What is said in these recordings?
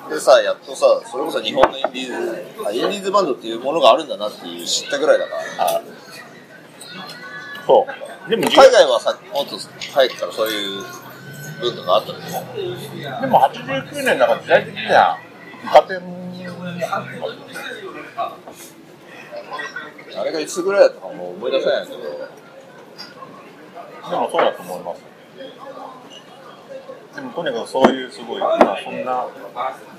でさやっとさそれこそ日本のインディーズあインディーズバンドっていうものがあるんだなっていう知ったぐらいだからそう。でも、海外はさもっと早くからそういう文化があったんですよでも89年だから時代的には、家庭も、あれがいつぐらいだったかもう思い出せないんだけどでもそうだと思います。でもとにかくそういうすごい、まあ、そんな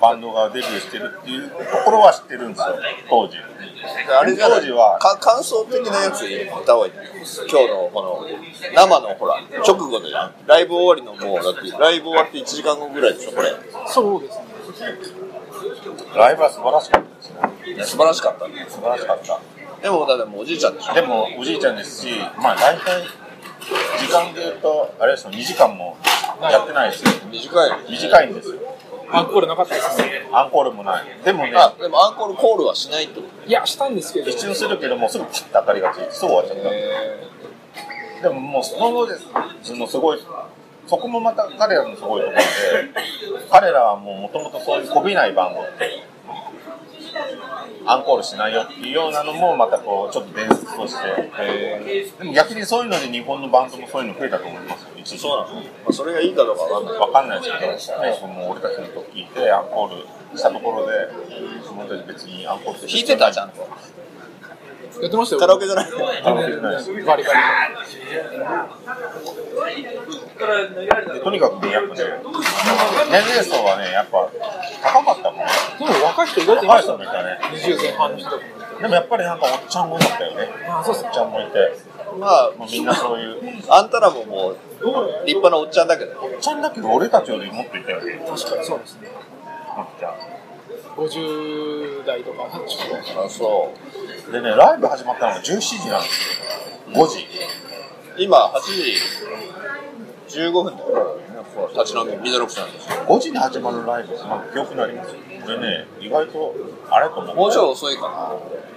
バンドがデビューしてるっていうところは知ってるんですよ、当時。であれじゃない当時はか感想的なやつ入れた方がいいんだよ今日のこの生のほら直後でライブ終わりのもうだってライブ終わって1時間後ぐらいでしょこれそうですね。ライブは素晴らしかったですね。いや素晴らしかった素晴らしかっでもだってもうおじいちゃんでしょた。でもおじいちゃんですし、まあ大体、時間で言うと、あれですよ、2時間もやってないですよ。短いよ短いんですよ。アンコールなかったですね。アンコールもない。でもね、あでもアンコールコールはしないってこといや、したんですけど。一応するけど、もうすぐパッと明かりがついて、すぐ終わっちゃった。でももうその後です。そのすごい、そこもまた彼らのすごいところで、彼らはもうもともとそういうこびないバンドってアンコールしないよっていうようなのもまたこうちょっと伝説としてでも逆にそういうので日本のバンドもそういうの増えたと思いますよ一時そうなの、まあ、それがいいかどうかわかんないわかんないですけど、ね、その俺たちの時聞いてアンコールしたところで俺たち別にアンコールする弾いてたじゃんとやってましたよ。カラオケじゃないカラオケじゃないですバリバリ。でとにかくねやっぱね年齢層はねやっぱ高かったもんねでも若い人意外とい高まいした人もいね。たね20前半の人とかも。でもやっぱりなんかおっちゃんも多かったよねあそうっすおっちゃんもいてまあもうみんなそういうあんたらももう立派なおっちゃんだけどおっちゃんだけど俺たちよりもっといたよね確かにそうですね。おっちゃん50代とか。あそうでね、ライブ始まったのが17時なんですよ。5時。今8時15分だよ立ち飲みミドルオプションなんですよ5時に始まるライブって、なんか記憶にありますこれね、意外と、あれと思って。もうちょい遅いか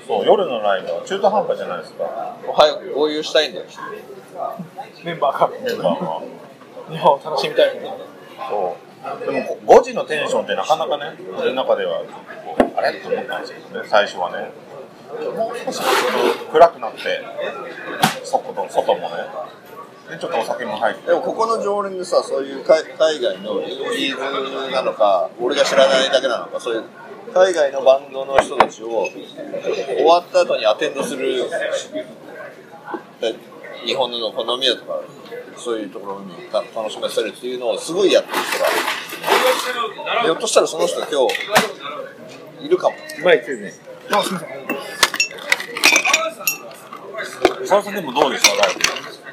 そう、夜のライブは中途半端じゃないですか、な早く合流したいんだよメンバーがメンバーは。日本を楽しみたいみたいな。そう。でも、5時のテンションってなかなかね、俺の中では、あれと思ったんですけどね、最初はね。もう少し暗くなって、外外もね。で、ちょっとお酒も入ってで。もここの常連でさそういう海海外のインディーズなのか俺が知らないだけなのかそういう海外のバンドの人たちを終わった後にアテンドするで日本のこの飲み屋とかそういうところにた楽しませるっていうのをすごいやってる人がひょっとしたらその人今日いるかも前行ってね。あ、すみません。沢さんでもどうでしたライ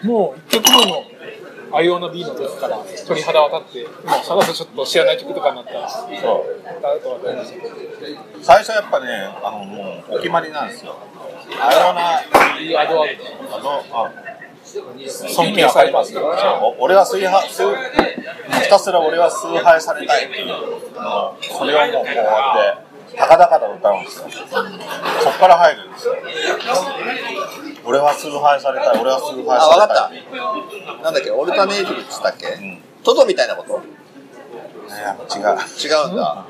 ブ。もう1曲目の「アイオナビー」の時から鳥肌渡ってもうさらさちょっと知らない曲とかになったらあそう。とは何でしたっ最初やっぱね、あのもうお決まりなんですよ。あれはな、けアドワーあの、あ、尊敬されますよ。そうお俺は崇拝、崇ひたすら俺は崇拝されたいっていう、それをもうこうやって、高々と歌うんですよ。そこから入るんですよ。俺は崇拝されたい、俺は崇拝あ分かされたい。ったなんだっけオルタネイティブっつったっけ、んトドみたいなことねやっぱ違う。違うんだ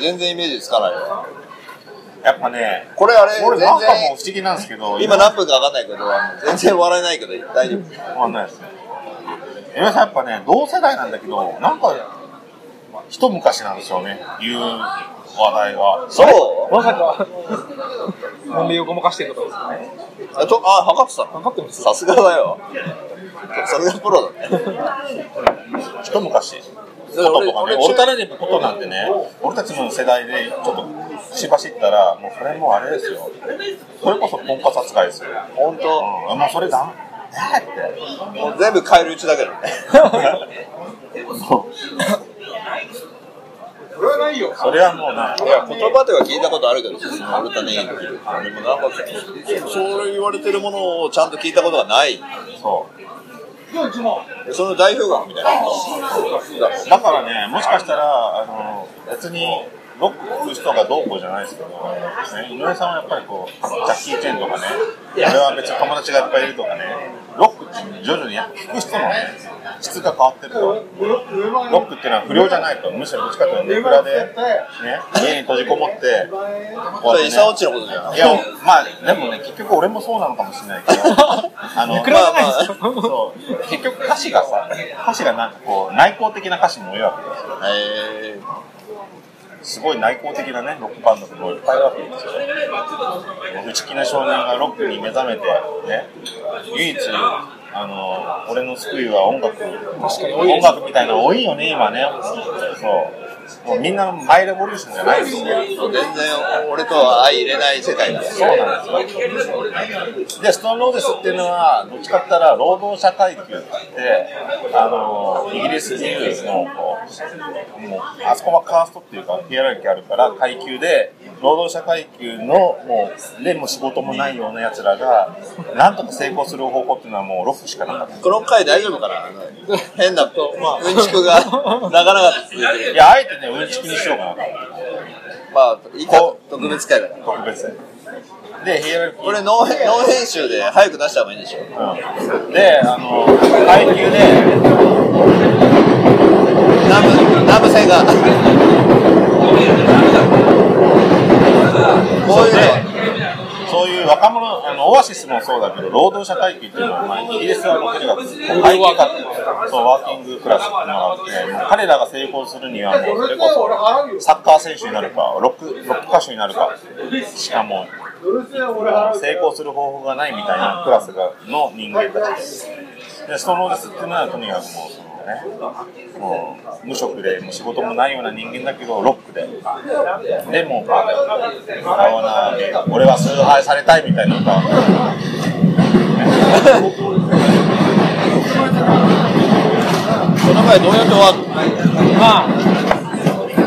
全然イメージつかないよやっぱね、これあれ俺全なんかも然う不思議なんですけど、今何分か分かんないけどあの全然笑えないけど大丈夫わかんないですね。皆さんやっぱね、同世代なんだけど、なんか、一昔なんですよね、いう話題が。そうまさか年齢をごまかしてるとかですかねあとあ測ってたの分かってますさすがだよさすがプロだね一昔。俺こととか俺ね、オルタナティブことなんてね、俺たちの世代でちょっとしばしったら、もうそれもうあれですよ。それこそポンカツ扱いですよ。本うん当、もうそれだん、えーって。もう全部カエル打ちだけどね それはもうないや言葉では聞いたことあるけどそのオルタネイティブでもなんかそう言われてるものをちゃんと聞いたことがないそう。その代表格みたいなだからね、もしかしたら、あの別にロック聴く人がどうこうじゃないですけど、ね、井上さんはやっぱりこう、ジャッキー・チェンとかね、俺は別に友達がいっぱいいるとかね、ロックって徐々にやっぱ聴く人のね、質が変わってると、ロックっていうのは不良じゃないと、むしろどっちかというと、ネクラで、ね、家に閉じこもって、こそうやれイってねサオッチのことじゃんいや、まあ、でもね、結局俺もそうなのかもしれないけ ど、あの、くらじゃないですか、そう結局歌詞がさ歌詞がなんかこう内向的な歌詞も多いわけへえですよすごい内向的なねロックバンドもいっぱいいるわけですよもう内気な少年がロックに目覚めてね唯一あの俺の救いは音楽確かに多い音です楽みたいなの多いよね今ねそうもうみんなマイレボリューションじゃないですよ全然俺とは相入れない世界だそうなんですよ。で、ストーンローゼスっていうのは、どっちかって言ったら、労働者階級って言って、あの、イギリス人の、こう、もう、あそこはカーストっていうか、ヒエラルキーあるから、階級で、労働者階級の、もう、でも仕事もないような奴らが、なんとか成功する方法っていうのはもう、ロックしかなかった。この回大丈夫かな変なうんちくがなかなか続いてるいや、あえてね、うんちくにしようかなと思ってまあいいか特別回だから特別で。で、ヒエラルキーこれノーヘノー編集で早く出した方がいいんでしょうんで、あの、階級で、南部南部線があ若者、あの、オアシスもそうだけど、労働者階級っていうのは、まあ、イギリスはもうとにかく、ル階級ワーカがそう、ワーキングクラスっていうのがあって、もう彼らが成功するには、もう、それこそ、サッカー選手になるか、ロック、ロック歌手になるか、しかも、もう成功する方法がないみたいなクラスが、の人間たちです。で、その実っていうのは、とにかくもう、そのね、もう無職でもう仕事もないような人間だけどロックででもまあ笑わない俺は崇拝されたいみたいな歌この前どうやって終わるのまあ、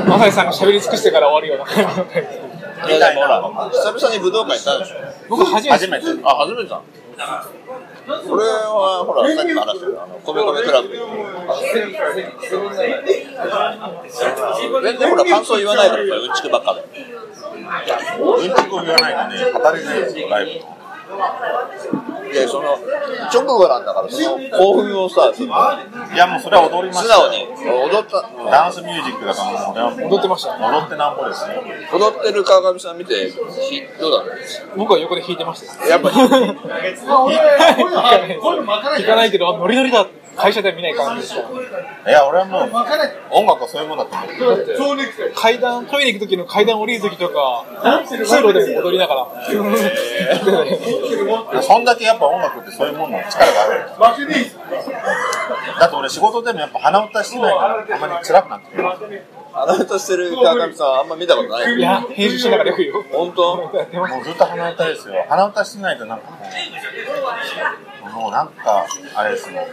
まささんが喋り尽くしてから終わるような感じの回ですいやでもほら、久々に武道館行ったでしょ僕初めて初めてあ、初めてだ俺はほら、さっきも話したけど、あの、米米クラブで全然ほら、感想言わないからさ、うんちくばっかでうんちくを言わないとね語れないですよライブので、その、直後なんだから、その、興奮をさ、そのいやもうそれは踊りま素した直よに踊った、ダンスミュージックだからもう俺はもう踊ってました踊ってなんぼですね踊ってる川上さん見て、ひどうだろう僕は横で弾いてましたよ。 やっぱ弾かないけど、あノリノリだ。会社では見ない感じでした。いや俺はもう音楽はそういうもんだと思ってるだって階段、トイレ行く時の階段降りる時とか、通路でも踊りながら。そんだけやっぱ音楽ってそういうもんの力があるだって俺仕事でもやっぱ鼻歌してないからあんまり辛くなってくるアナウントしてる川上さん、あんま見たことないいや、編集しながらよく言うよ。本当もうずっと鼻歌ですよ。鼻歌してないとなんかこう、もうなんか、あれですね、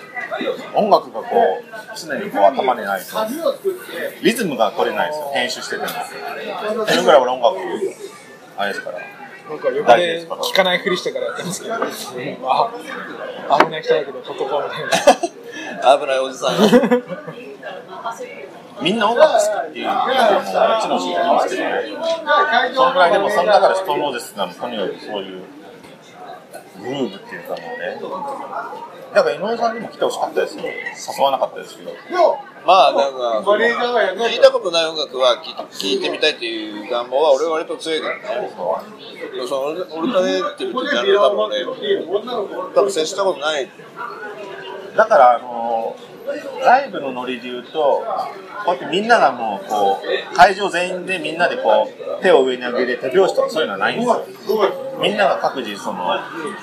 音楽がこう、常にこう頭にないと、リズムが取れないですよ、編集してても。それぐらい俺音楽、あれですから。僕は横で聞かないふりしてからやってますけど、あ、危ない人だけど、ちょっとこうみたいな。危ないおじさんがみんな音楽好きっていうのはもうもちろん知ってますけどね、 そのぐらいでも、その中でストーンローゼスがとにかくそういう、グルーブっていうかもうね、だから井上さんにも来てほしかったですよ、誘わなかったですけど。まあなんかその聞いたことない音楽は聞聞いてみたいという願望は俺は割と強いからねそのオルオルタネーティブってなる多分俺多分接したことないだから、あのライブのノリで言うと、こうやってみんながもうこう、会場全員でみんなでこう、手を上に上げて手拍子とかそういうのはないんですよ。みんなが各自その、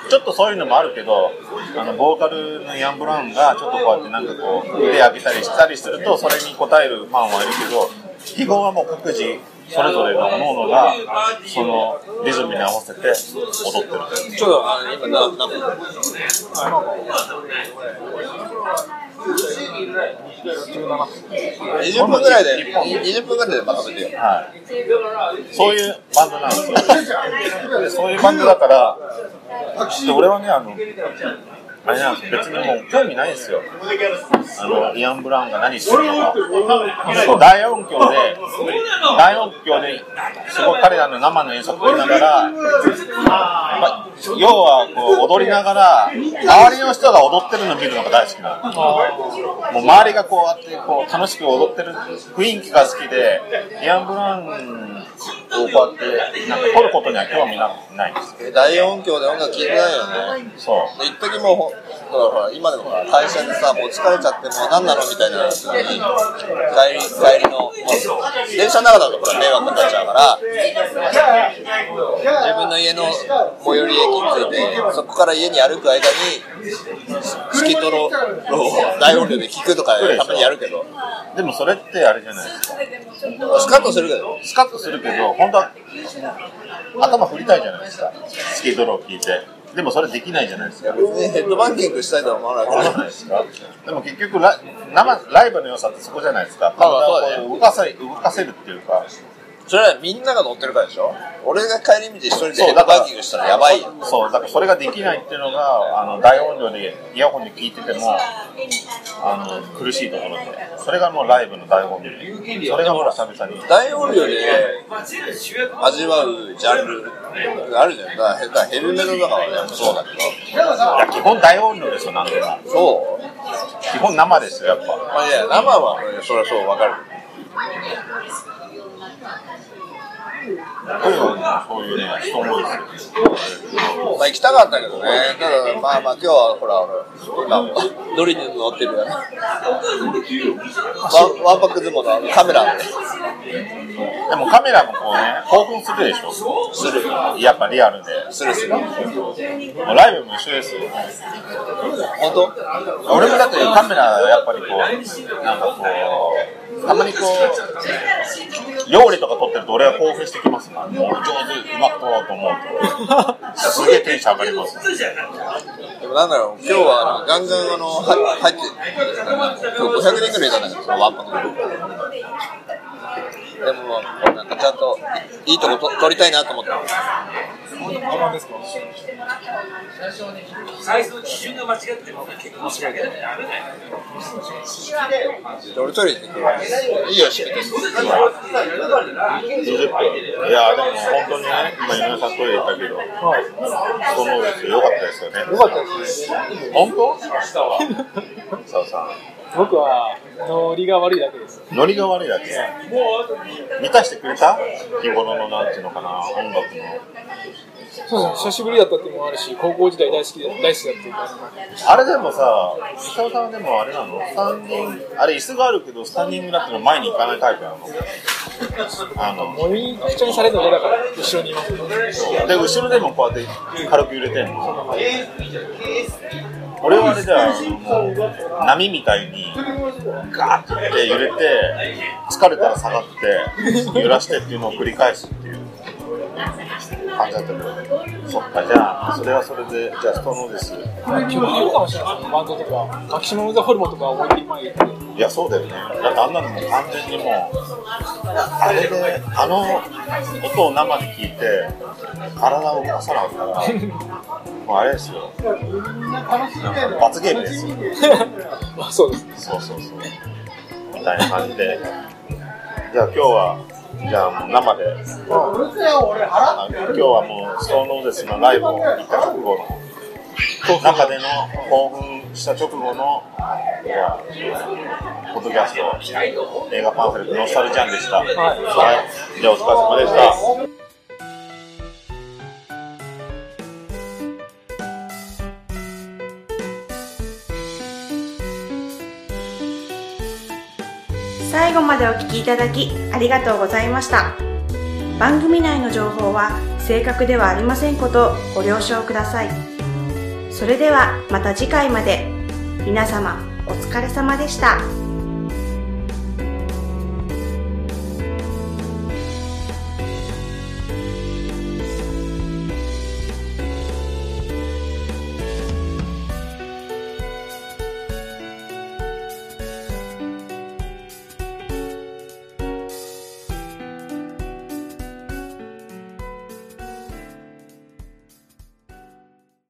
ちょっとそういうのもあるけど、あの、ボーカルのヤン・ブラウンがちょっとこうやってなんかこう、腕上げたりしたりすると、それに応えるファンはいるけど、基本はもう各自、それぞれの各々が、そのリズムに合わせて踊ってる。ちょっとあの今ななんか20分ぐらいで20分ぐらいでまとめてよはい、そういうバンドなんですよ。でそういうバンドだから、で俺はね、あの、あれなんですよ別にもう興味ないんですよ。あの、イアン・ブラウンが何してるのか。そう大音響で、大音響で、すごい彼らの生の演奏を取りながら、ま要はこう踊りながら、周りの人が踊ってるのを見るのが大好きなの。もう周りがこうやってこう楽しく踊ってる雰囲気が好きで、イアン・ブラウンをこうやってなんか撮ることには興味なないんですよ。大音響で音楽聴いてないよねそう。一時もうほほらほら今でもほら会社でさもう疲れちゃってもう何なのみたいな時に帰り帰りのもう電車の中だとほら迷惑になっちゃうから自分の家の最寄り駅に着いてそこから家に歩く間にスキトロを大音量で聞くとかたまにやるけどでもそれってあれじゃないですか。スカッとするけどスカッとするけど、本当は頭振りたいじゃないですか。スケートロー聞いて。でもそれできないじゃないですか。別にヘッドバンキングしたいとは思わないそうけじゃどないですか。でも結局ラ、生、ライブの良さってそこじゃないですか。まあまあそうだね体をこう動かせ、動かせるっていうか。それはみんなが乗ってるからでしょ俺が帰り道一人でヘそッドうだからバンキングしたらやばいよそう、だからそれができないっていうのが、あの、大音量でイヤホンで聞いてても、あの、苦しいところで。それがもうライブの大音量で。それがもう久々に。大音量で味わうジャンルがあるじゃん。だからだからヘルメルとかはね、そうだけど。いや、基本大音量ですよ、なんでも。そう基本生ですよ、やっぱ。まあいや、生はそれはそう、わかる。とにかくそういうね、人多いですよ。まあ行きたかったけどね。ただまあまあ今日はほら俺今も乗りに乗ってるよね。ワンワンパク相撲のあのカメラで。でもカメラもこうね、興奮するでしょ。する。やっぱリアルで。するする。もうライブも一緒ですよ。本当？俺もだってカメラやっぱりこう、なんかこう、たまにこう、料理とか撮ってると俺は興奮してきますもん。もう上手、うまく撮ろうと思うと。すげえテンション上がります。でもなんだろう今日はあのガンガンあのは入って今日500人ぐらいいたんだけどそのワンパクのグループでもなんかちゃんといいいとこと撮りたいなと思って。あまですかサイズの基準が間違ってるのが結婚しなきゃダメだよ。で俺トイレ行ってくるわ。いいよ閉めて。 20分。いやーでも本当にね、今井上さんトイレ行ったけど、そのですよ、良かったですよね。良かったですね。本当そうさ僕はノリが悪いだけです。ん、ノリが悪いだけ。満たしてくれた日頃のなんていうのかな、音楽の。そうそう、久しぶりだったっていうのもあるし、高校時代大好きで大好きだっていうか、あれでもさ、久尾さんはでもあれなのスタンディング、あれ椅子があるけど、スタンディングだったら前に行かないタイプなのあの、もみくちゃにされるの嫌だから、後ろにいます、で、後ろでもこうやって軽く揺れてんの俺はあれじゃあ、もう波みたいに、ガーって揺れて、疲れたら下がって、揺らしてっていうのを繰り返すっていう感じだったけど、そっか、じゃあ、それはそれで、じゃあ、ストノーです。曲によるかもしれないですね、バンドとか、マキシマム・ザ・ホルモンとか思いっきり前に行って、 いや、そうだよね。だってあんなのもう完全にもう、あれで、あの音を生で聞いて、体を動かさなかったら、もうあれですよ。罰ゲームですよ。まあそうですね、そうそうそう。みたいな感じで。じゃあ今日は、じゃあもう生で、あの今日はもう、ストーンローゼスのライブを行った直後の、中での興奮した直後の、じゃあポッドキャスト、映画パンフレット、ノスタルジャンでした。はい。じゃあお疲れ様でした。最後までお聞きいただきありがとうございました番組内の情報は正確ではありませんことをご了承くださいそれではまた次回まで皆様お疲れ様でした。